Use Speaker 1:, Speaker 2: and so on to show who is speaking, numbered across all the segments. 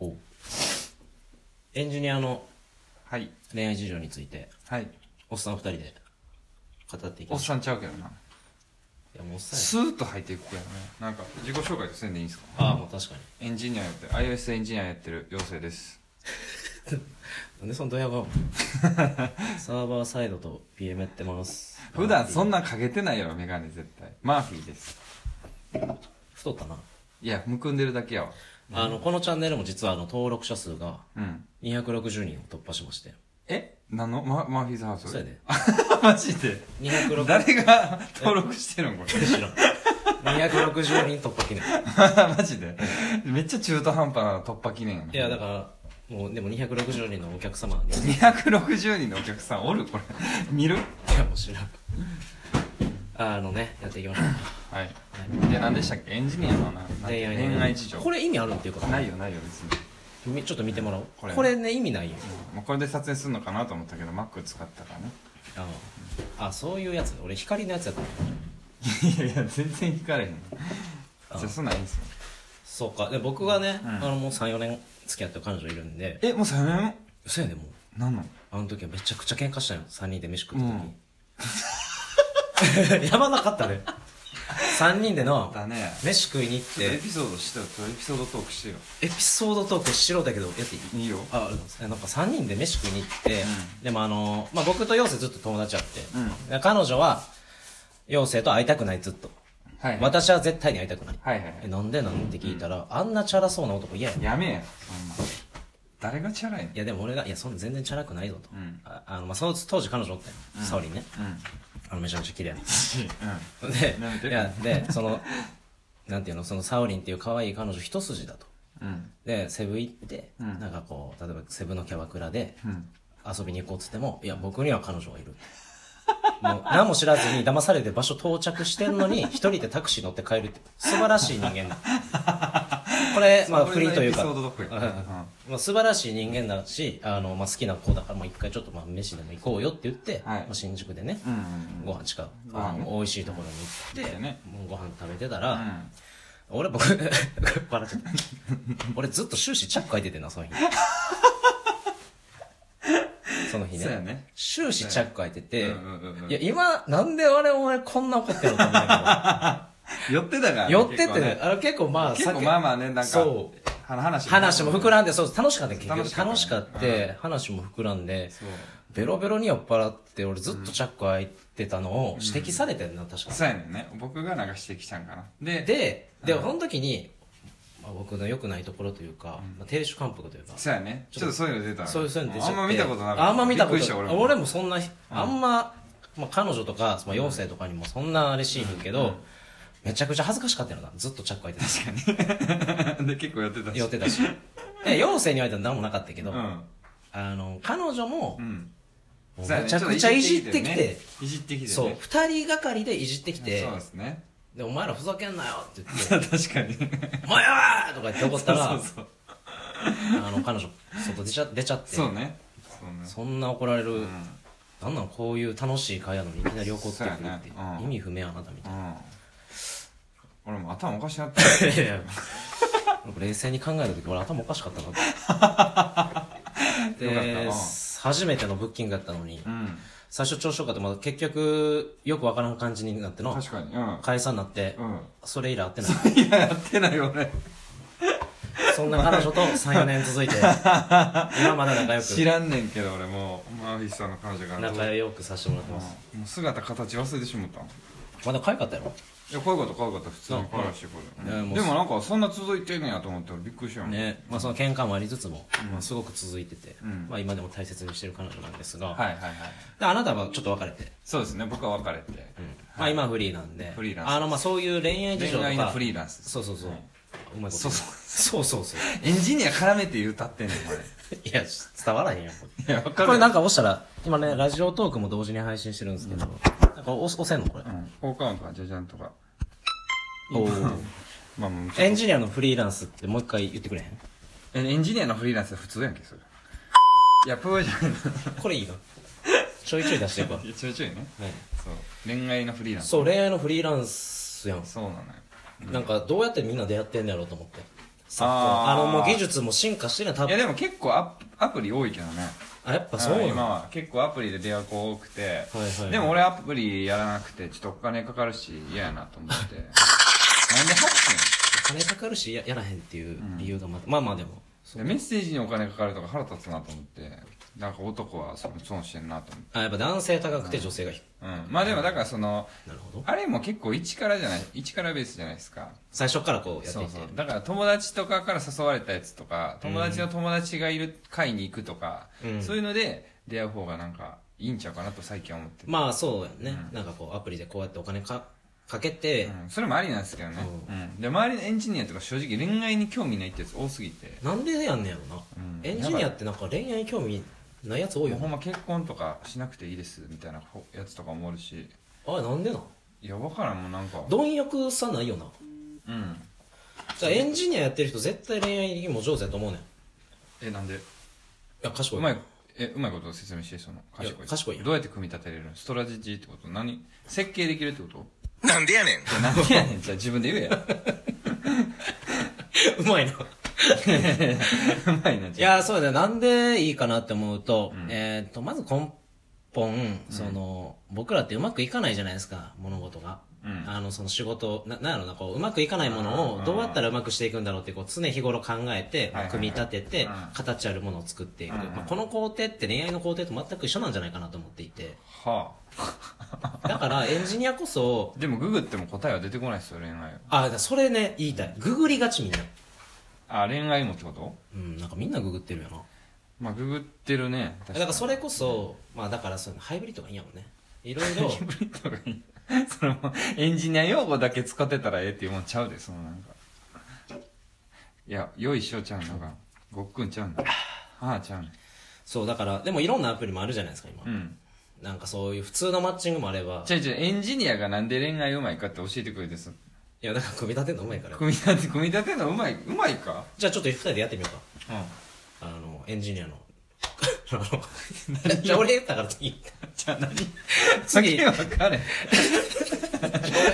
Speaker 1: おエンジニアの
Speaker 2: はい
Speaker 1: 恋愛事情について
Speaker 2: はい
Speaker 1: おっさん二人で語っていき
Speaker 2: お
Speaker 1: ま
Speaker 2: っ
Speaker 1: しょ
Speaker 2: さんちゃうけどな
Speaker 1: ういやもうおっさんや
Speaker 2: スーッと入っていくけどねなんか自己紹介とせんでいいんですか
Speaker 1: ああもう確かに
Speaker 2: エンジニアやって iOS エンジニアやってる陽性です
Speaker 1: なんでそのドヤ 顔サーバーサイドと PM やってます
Speaker 2: 普段そん
Speaker 1: な
Speaker 2: なんかけてないやろメガネ絶対マーフィーです
Speaker 1: 太ったない
Speaker 2: やむくんでるだけやわ
Speaker 1: あのこのチャンネルも実はあの登録者数が
Speaker 2: うん
Speaker 1: 260人を突破しまして
Speaker 2: え何のママーフィーズハウス
Speaker 1: そうやで
Speaker 2: マジで
Speaker 1: 260
Speaker 2: 誰が登録してるのこれ
Speaker 1: 知らん260人突破記念
Speaker 2: マジでめっちゃ中途半端な突破記念やない
Speaker 1: やだからもうでも260人のお客様にい
Speaker 2: 260人のお客さんおるこれ見る
Speaker 1: やもう知らんあのねやっていきましょう
Speaker 2: はいで何でしたっけエンジニアのななんて
Speaker 1: 恋愛
Speaker 2: 恋愛事情
Speaker 1: これ意味あるっていうか
Speaker 2: ないよないよ別に
Speaker 1: みちょっと見てもらおうこ
Speaker 2: こ
Speaker 1: れ
Speaker 2: れ
Speaker 1: ね意味ないよ
Speaker 2: もうこれで撮影するのかなと思ったけど Mac 使ったからね
Speaker 1: ああそういうやつ俺光のやつやった
Speaker 2: いやいや全然引かれへんじゃあそんなんいいんすよ
Speaker 1: そうかで僕がね、
Speaker 2: うん
Speaker 1: あのもう34年付き合ってる彼女いるんで
Speaker 2: えもう3年
Speaker 1: そうやねもう
Speaker 2: なんの
Speaker 1: あの時はめちゃくちゃ喧嘩したよ3人で飯食った時、 やばなかったね3人での
Speaker 2: だね
Speaker 1: 飯食いに行っ
Speaker 2: ちょっとエ
Speaker 1: て
Speaker 2: ピソードしてよちょっとエピソードトークしてよ
Speaker 1: エピソードトークしろだけどやっていい
Speaker 2: いいよ
Speaker 1: あありがとうございますなんか3人で飯食いに行って、
Speaker 2: う
Speaker 1: でもあの、まあ、僕と陽生ずっと友達あって、
Speaker 2: うん
Speaker 1: で彼女は陽生と会いたくないずっと、
Speaker 2: はいはい
Speaker 1: 私は絶対に会いたくない、
Speaker 2: はいはいは
Speaker 1: えなんでなんて聞いたら、あんなチャラそうな男嫌や
Speaker 2: い
Speaker 1: い
Speaker 2: やめえよそんなん誰がチャラいの
Speaker 1: やでも俺がいやそんな全然チャラくないぞと、
Speaker 2: うん
Speaker 1: ああのまあ、その当時彼女おったよ、沙織ね
Speaker 2: うんうん
Speaker 1: あのめちゃめちゃ綺麗な
Speaker 2: う
Speaker 1: で
Speaker 2: なん、で
Speaker 1: いや、で、その、なんていうの、そのサオリンっていう可愛い彼女一筋だと。
Speaker 2: ん
Speaker 1: で、セブ行って、
Speaker 2: うん
Speaker 1: なんかこう、例えばセブのキャバクラで
Speaker 2: うん
Speaker 1: 遊びに行こうっつっても、いや、僕には彼女がいる。もう何も知らずに騙されて場所到着してんのに、一人でタクシー乗って帰るって、素晴らしい人間だ。これ、まあ、フリーというか
Speaker 2: エピソー、ドトークや
Speaker 1: うんまあ、素晴らしい人間だし、あの、まあ、好きな子だから、もう一回ちょっと、まあ、飯でも行こうよって言って、
Speaker 2: はい
Speaker 1: まあ、新宿でね、
Speaker 2: うんうん
Speaker 1: ご飯近く、
Speaker 2: ご飯
Speaker 1: あ
Speaker 2: ね
Speaker 1: の美味しいところに行って、
Speaker 2: うんね
Speaker 1: もうご飯食べてた
Speaker 2: う
Speaker 1: ら、
Speaker 2: ん
Speaker 1: 俺僕 笑っちゃった俺ずっと終始チャック書いててんな その日その日
Speaker 2: そうや
Speaker 1: ね
Speaker 2: ね
Speaker 1: 終始チャック書いてて、
Speaker 2: うんうんうんうん
Speaker 1: いや今なんで俺俺こんな怒ってるのか思うん や
Speaker 2: 寄ってたから
Speaker 1: け
Speaker 2: ね
Speaker 1: ど寄ってって
Speaker 2: 結構
Speaker 1: ねあの結構まあ
Speaker 2: 結構
Speaker 1: 酒
Speaker 2: まあまあねなんか
Speaker 1: そう
Speaker 2: は話
Speaker 1: 話も膨らんでそう楽しかった結局楽
Speaker 2: 楽
Speaker 1: し
Speaker 2: し
Speaker 1: か
Speaker 2: かった
Speaker 1: った,、
Speaker 2: うん
Speaker 1: 話も膨らんで
Speaker 2: そう
Speaker 1: ベロベロに酔っ払って俺ずっとチャック開いてたのを指摘されてんな、確か
Speaker 2: そうやねんね僕が流してきたんかなで
Speaker 1: で、で、その時に、まあ、僕の良くないところというか、まあ、亭主関白というか、
Speaker 2: そうやねちょっとそういうの出た
Speaker 1: そういうそういうの出ちゃっ
Speaker 2: あ
Speaker 1: て
Speaker 2: んま見たことなかった
Speaker 1: あんま見たこ
Speaker 2: びっくりした
Speaker 1: と
Speaker 2: 俺
Speaker 1: 俺も
Speaker 2: も
Speaker 1: そんな、あんま、まあ、彼女とか、まあ、4世とかにもそんなあれしいんけど、めちゃくちゃ恥ずかしかったよな。ずっとチャック開いてたし、
Speaker 2: で結構やってたし
Speaker 1: 寄ってた し。で、4世に言われたら何もなかったけど、
Speaker 2: うん
Speaker 1: あの、彼女も
Speaker 2: う、ん
Speaker 1: もう
Speaker 2: そうやね
Speaker 1: めちゃくちゃいじってき
Speaker 2: ね
Speaker 1: て、
Speaker 2: いじってきてね
Speaker 1: そう、二人がかりでいじってきて
Speaker 2: そう、で すね
Speaker 1: で、お前らふざけんなよって言 って、
Speaker 2: 確かに
Speaker 1: お前はとか言って怒ったら、
Speaker 2: そうそう
Speaker 1: あの、彼女、外出ちゃ出ちゃって、
Speaker 2: そうねそうね
Speaker 1: そんな怒られる、
Speaker 2: うん
Speaker 1: なんなのこういう楽しい会やのにいきなり怒ってくるって、
Speaker 2: そうやねうん
Speaker 1: 意味不明あなたみたい
Speaker 2: うん俺も頭おかしなっ た
Speaker 1: な。いやいや 冷静に考えた時俺頭おかしか ったなって
Speaker 2: よかった
Speaker 1: で
Speaker 2: うん
Speaker 1: 初めてのブッキングだったのに、
Speaker 2: うん
Speaker 1: 最初調子よかったまだ結局よくわからん感じになっての
Speaker 2: 確かにうん
Speaker 1: 解散になって、
Speaker 2: うん
Speaker 1: それ以来会ってない
Speaker 2: いややってない俺
Speaker 1: そんな彼女と34年 続いて今まだ仲良
Speaker 2: 知
Speaker 1: く
Speaker 2: らんねんけど俺もうマーフィーさんの彼女が
Speaker 1: 仲良くさせてもらって
Speaker 2: うん
Speaker 1: ます、
Speaker 2: もう姿形忘れてしまった
Speaker 1: まだ可愛かったやろ
Speaker 2: いや、こういうこと、こういうこと、普通にこういうしてこう
Speaker 1: いやもう
Speaker 2: でもなんか、そんな続いてんねやと思って、俺びっくりしたよ。
Speaker 1: ねまあ、その喧嘩もありつつも、
Speaker 2: うん
Speaker 1: まあ、すごく続いてて、
Speaker 2: うん
Speaker 1: まあ、今でも大切にしてる彼女なんですが、
Speaker 2: はいはいはい。
Speaker 1: であなたはちょっと別れて、
Speaker 2: そうですね、僕は別れて。
Speaker 1: まあ、今はフリーなんで
Speaker 2: フリーランス
Speaker 1: あのまあそういう恋愛事情と
Speaker 2: 恋
Speaker 1: か
Speaker 2: 愛のフリーランスです。
Speaker 1: そうそうそう、
Speaker 2: はいう
Speaker 1: まいこと
Speaker 2: そうそう
Speaker 1: そうそうそう
Speaker 2: エンジニア絡めて歌ってんねん、
Speaker 1: いや伝わらへんよ
Speaker 2: お前。いや、わ
Speaker 1: こ
Speaker 2: か
Speaker 1: れ
Speaker 2: る。
Speaker 1: これなん
Speaker 2: か、
Speaker 1: か押したら今ねラジオトークも同時に配信してるんですけど、なんか押押せんのこれ、
Speaker 2: うん、効果音とか、じゃじゃんとか。
Speaker 1: おー
Speaker 2: まあもうちょっ
Speaker 1: エンジニアのフリーランスってもう一回言ってくれへん
Speaker 2: と、えエンジニアのフリーランスは普通やんけ、 それ。いや、プーじゃない
Speaker 1: これいいなちょいちょい出していくわ、はい
Speaker 2: いや、ちょいちょいね。そう。恋愛のフリーランス。
Speaker 1: そう恋愛のフリーランスやん
Speaker 2: そうなのよ。
Speaker 1: なんかどうやってみんな出会ってんのやろうと思って昨今
Speaker 2: あー
Speaker 1: あのもう技術も進化してる多
Speaker 2: い
Speaker 1: 分
Speaker 2: やでも結構アプアプリ多いけどね
Speaker 1: あやっぱそうな
Speaker 2: うん
Speaker 1: の
Speaker 2: 今は結構アプリで出会う子多くて、
Speaker 1: はいはい
Speaker 2: でも俺アプリやらなくてちょっとお金かかるし嫌やなと思 ってなんでハッ
Speaker 1: お金かかるしややらへんっていう理由がまた、まあまあでも
Speaker 2: ピンメッセージにお金かかるとか腹立つなと思ってなんか男はその損してんなと思って
Speaker 1: あやっぱ男性高くて女性が低い、
Speaker 2: うんまあでもだからその
Speaker 1: なるほど
Speaker 2: あれも結構一からじゃない一からベースじゃないですか
Speaker 1: 最初からこうやって
Speaker 2: そ
Speaker 1: いうって
Speaker 2: そうだから友達とかから誘われたやつとか友達の友達がいる会に行くとか、
Speaker 1: うん
Speaker 2: そういうので出会う方がなんかいいんちゃうかなと最近思ってて、
Speaker 1: まあそうやんね、なんかこうアプリでこうやってお金かかけて、
Speaker 2: うん、それもありなんですけどね、うん、で周りのエンジニアとか正直恋愛に興味ないってやつ多すぎて
Speaker 1: なんでやんねやろな、
Speaker 2: うん
Speaker 1: エンジニアってなんか恋愛興味ないやつ多いよ
Speaker 2: もうほ
Speaker 1: ね
Speaker 2: んま結婚とかしなくていいですみたいなほやつとかもおるし
Speaker 1: あれなんでない
Speaker 2: や分からんもうなんか
Speaker 1: 貪欲さないよな
Speaker 2: うん
Speaker 1: じゃあエンジニアやってる人絶対恋愛も上手やと思うねんい
Speaker 2: えなんで
Speaker 1: や賢
Speaker 2: う
Speaker 1: い
Speaker 2: まいえうまいこと説明してその賢い
Speaker 1: いや賢いやん
Speaker 2: どうやって組み立てれるのストラテジーってこと何設計できるってこと
Speaker 3: なんでやねん
Speaker 2: いやなんでやねんじゃあ自分 で言えや
Speaker 1: うまいな
Speaker 2: うまいないじゃ
Speaker 1: やそうだねなんでいいかなって思うと、えーっとまず根本その、僕らってうまくいかないじゃないですか物事が、
Speaker 2: うん
Speaker 1: あのその仕事ななんやろうなこううまくいかないもの
Speaker 2: う
Speaker 1: を
Speaker 2: ん
Speaker 1: どうやったらうまくしていくんだろうってこう常日頃考えて、まあ
Speaker 2: はいはいはい
Speaker 1: 組み立てて、
Speaker 2: うん
Speaker 1: 形あるものを作っていく、
Speaker 2: うん
Speaker 1: まあ、この工程って恋愛の工程と全く一緒なんじゃないかなと思ってい て
Speaker 2: あは
Speaker 1: だからエンジニアこそ
Speaker 2: あでもググっても答えは出てこないですよ恋愛は
Speaker 1: あだからそれね言いたいググりがちみんな
Speaker 2: あ恋愛もってこと
Speaker 1: うんなんかみんなググってるよな
Speaker 2: まあググってるね確
Speaker 1: だからそれこそまあだからそういうのハイブリッドがいいんやもんねいろいろ
Speaker 2: ハイブリッドがいいそれもエンジニア用語だけ使ってたらええっていうもんちゃうでそのなんかいやよいしょちゃうのがごっくんちゃうのああちゃうの
Speaker 1: そうだからでもいろんなアプリもあるじゃないですか今、
Speaker 2: うん
Speaker 1: なんかそういう普通のマッチングもあれば
Speaker 2: ちゃうちゃうエンジニアがなんで恋愛うまいかって教えてくれてさ
Speaker 1: いやだから組み立てるのうまいから
Speaker 2: 組み立て組み立てるのうまいうまいか
Speaker 1: じゃあちょっと二人でやってみよう
Speaker 2: うん
Speaker 1: かあのエンジニ アのあのじゃあ俺言ったから次
Speaker 2: じゃあ何
Speaker 1: 次
Speaker 2: わかれん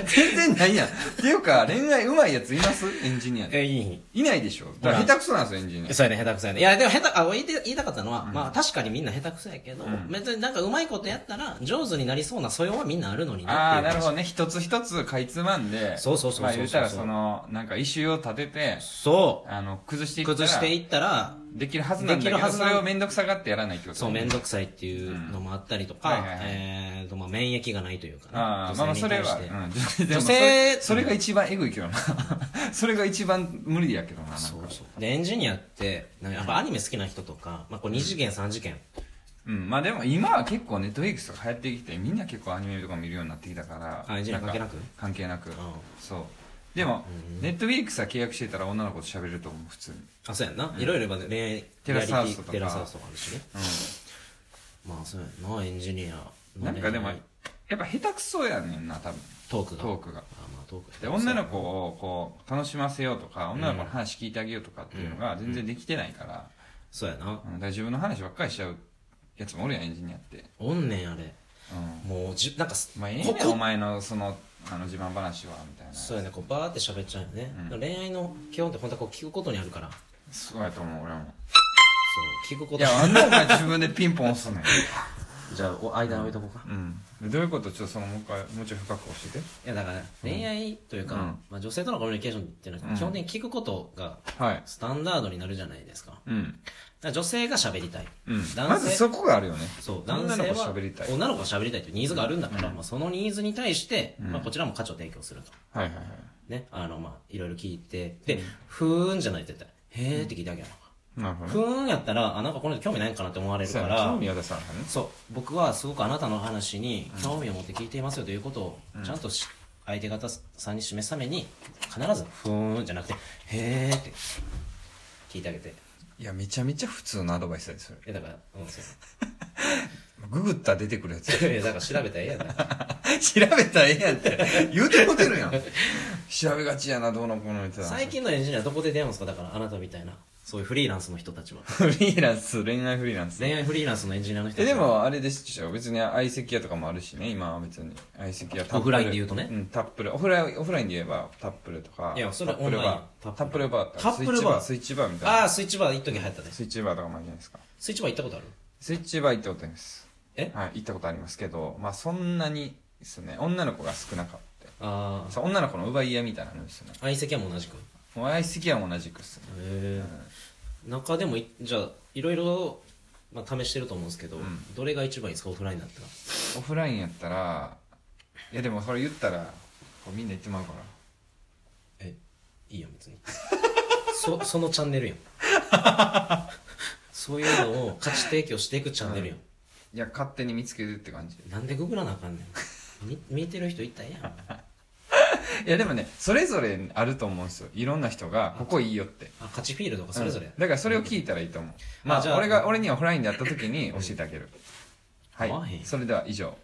Speaker 2: 全然ないやんっていうか恋愛うまいやついますエンジニアで
Speaker 1: えいい
Speaker 2: いないでしょだから
Speaker 1: ほら
Speaker 2: 下手くそなんですよエンジニア
Speaker 1: そうやね下手くそやねいやでも下手あ俺言いて言いたかったのは、まあ確かにみんな下手くそやけど、
Speaker 2: ん
Speaker 1: 別になんかうまいことやったら上手になりそうな素養はみんなあるのに
Speaker 2: あ
Speaker 1: なっ
Speaker 2: あ
Speaker 1: てい
Speaker 2: な
Speaker 1: う
Speaker 2: る
Speaker 1: 話
Speaker 2: ほどね一つ一つかいつまんで
Speaker 1: そうそうそうそうそう
Speaker 2: まあ言うたらそのなんか異臭を立てて
Speaker 1: そ
Speaker 2: あの崩していうったら
Speaker 1: 崩していったら
Speaker 2: できるはずなんだ
Speaker 1: で
Speaker 2: け
Speaker 1: きる
Speaker 2: ど
Speaker 1: はず
Speaker 2: そ
Speaker 1: なん
Speaker 2: れを面倒くさがってやらないってこと
Speaker 1: そう、面倒くさいっていうのもあったりとか、
Speaker 2: うんはいはいはい
Speaker 1: えーと、まあ、免疫がないというかね、
Speaker 2: ああまあまあそれは、うん、でも
Speaker 1: 女性
Speaker 2: それそれが一番エグいけどな それが一番無理やけどななんか
Speaker 1: そうそう。で、エンジニアって、なんかやっぱアニメ好きな人とか、まあ、こう2次元、3次元。
Speaker 2: うんまあでも今は結構ネットフリックスとか流行ってきてみんな結構アニメとか見るようになってきたから
Speaker 1: あエンジニア
Speaker 2: んか
Speaker 1: 関係なく
Speaker 2: 関係なく
Speaker 1: ん
Speaker 2: そうでもネットフリックスは契約してたら女の子と喋れると思う普通に
Speaker 1: あ、そうやんな。いろいろやっぱね、恋愛、
Speaker 2: テラスハウスとか
Speaker 1: リアリティテラスハウスとかあるしね。まあ、そうやんな、エンジニア
Speaker 2: うん
Speaker 1: の
Speaker 2: なんかでも
Speaker 1: 恋愛
Speaker 2: やっぱ下手くそやねんな多分
Speaker 1: トークが。
Speaker 2: トークが
Speaker 1: あまあ、トーク
Speaker 2: で女の子をこう楽しませようとか女の子の話聞いてあげようとかっていうのが全然できてないから,、
Speaker 1: そうやな
Speaker 2: う。んだから自分の話ばっかりしちゃうやつもおるやんエンジニアって、
Speaker 1: おんねん、あれ。
Speaker 2: う
Speaker 1: もう、じ、なんか、
Speaker 2: ん、まあええね
Speaker 1: こ
Speaker 2: んお
Speaker 1: こ、
Speaker 2: 前のそのあの自慢話はみたいな
Speaker 1: そうやね、こう、バーって喋っちゃうよね。
Speaker 2: うん
Speaker 1: 恋愛の基本って本当はこう、聞くことにあるから。
Speaker 2: そうやと思う俺も
Speaker 1: そう、聞くこ
Speaker 2: い
Speaker 1: とにある
Speaker 2: やあんなお前自分でピンポン押すねん
Speaker 1: じゃあお間置いとこうか、い
Speaker 2: うんでどういうことちょっとそのもう一回もうちょい深く教えて
Speaker 1: やだから恋愛というか、
Speaker 2: うん
Speaker 1: まあ、女性とのコミュニケーションっていうの
Speaker 2: う
Speaker 1: は
Speaker 2: ん
Speaker 1: 基本的に聞くことが
Speaker 2: はい
Speaker 1: スタンダードになるじゃないですかだか
Speaker 2: うん
Speaker 1: ら女性が喋りたい、
Speaker 2: うん
Speaker 1: 男性
Speaker 2: まずそこがあるよね
Speaker 1: そう男
Speaker 2: 女の
Speaker 1: 性
Speaker 2: 子
Speaker 1: は
Speaker 2: 喋りたい
Speaker 1: 女の子が喋りたいというニーズがあるんだから、まあ、そのニーズに対して、
Speaker 2: うん
Speaker 1: まあ、こちらも価値を提供すると
Speaker 2: はいはいはい
Speaker 1: ねあのまあいろいろ聞いてで、ふーんじゃないって言ったらへーって聞いてあげるのか、
Speaker 2: なるほどね
Speaker 1: ふーんやったらあなんかこの人興味ないんかなって思われる
Speaker 2: そう
Speaker 1: か
Speaker 2: や
Speaker 1: ら
Speaker 2: な興味を出さんからね
Speaker 1: そう僕はすごくあなたの話に興味を持って聞いていますよということをちゃんとし、相手方さんに示すために必ず「ふーん」じゃなくて「へーって聞いてあげて
Speaker 2: いやめちゃめちゃ普通のアドバイスだよそれ
Speaker 1: いやだからうん そ
Speaker 2: ググったら出てくるやつ
Speaker 1: ういやだから調べたらええ やんな
Speaker 2: 調べたらええやんって言うてもてるやん調べがちやなどうのこうのみたいな
Speaker 1: 最近のエンジニアどこで出会うんですかだからあなたみたいなそういうフリーランスの人たちは
Speaker 2: フリーランス恋愛フリーランス
Speaker 1: 恋愛フリーランスのエンジニアの人
Speaker 2: え
Speaker 1: たち
Speaker 2: で
Speaker 1: は
Speaker 2: もあれでしょ別に相席屋とかもあるしね今は別に相席屋タ
Speaker 1: オ
Speaker 2: ップル
Speaker 1: フラインで言うとね
Speaker 2: ん、タップルオフラインオフラインで言えばタップルとか
Speaker 1: いやそれ
Speaker 2: タップル
Speaker 1: オンライン
Speaker 2: バータップルバー
Speaker 1: タップルバー
Speaker 2: スイッチバースイッチバーみたい
Speaker 1: あ
Speaker 2: な
Speaker 1: あスイッチバー一時流行ったね
Speaker 2: スイッチバーとかもあるじゃないですか
Speaker 1: スイッチバー行ったことある
Speaker 2: スイッチバー行ったことあります
Speaker 1: え
Speaker 2: はい行ったことありますけどまあそんなにですね女の子が少なかった
Speaker 1: ああ
Speaker 2: そう女の子の奪い合いみたいなのですね
Speaker 1: 相席屋も同じくへ
Speaker 2: もう相席屋も同じくっすね
Speaker 1: え中でもいじゃあいろいろ、まあ、試してると思うんですけど、
Speaker 2: ん
Speaker 1: どれが一番いいですかオフラインだったら
Speaker 2: オフラインやったらいやでもそれ言ったらこうみんな言ってまうから
Speaker 1: えいいよ別に そそのチャンネルやん そういうのを価値提供していくチャンネルやん、
Speaker 2: いや勝手に見つけるって感じ
Speaker 1: なんでググらなあかんねんみ見てる人いたらええやん
Speaker 2: いやでもねそれぞれあると思うんですよいろんな人がここいいよって
Speaker 1: あ価値フィールドがそれぞれ、
Speaker 2: うんだからそれを聞いたらいいと思うま
Speaker 1: あじゃ
Speaker 2: あ
Speaker 1: あ
Speaker 2: 俺が俺にはオフラインでやった時に教えてあげるはい
Speaker 1: かわいい
Speaker 2: それでは以上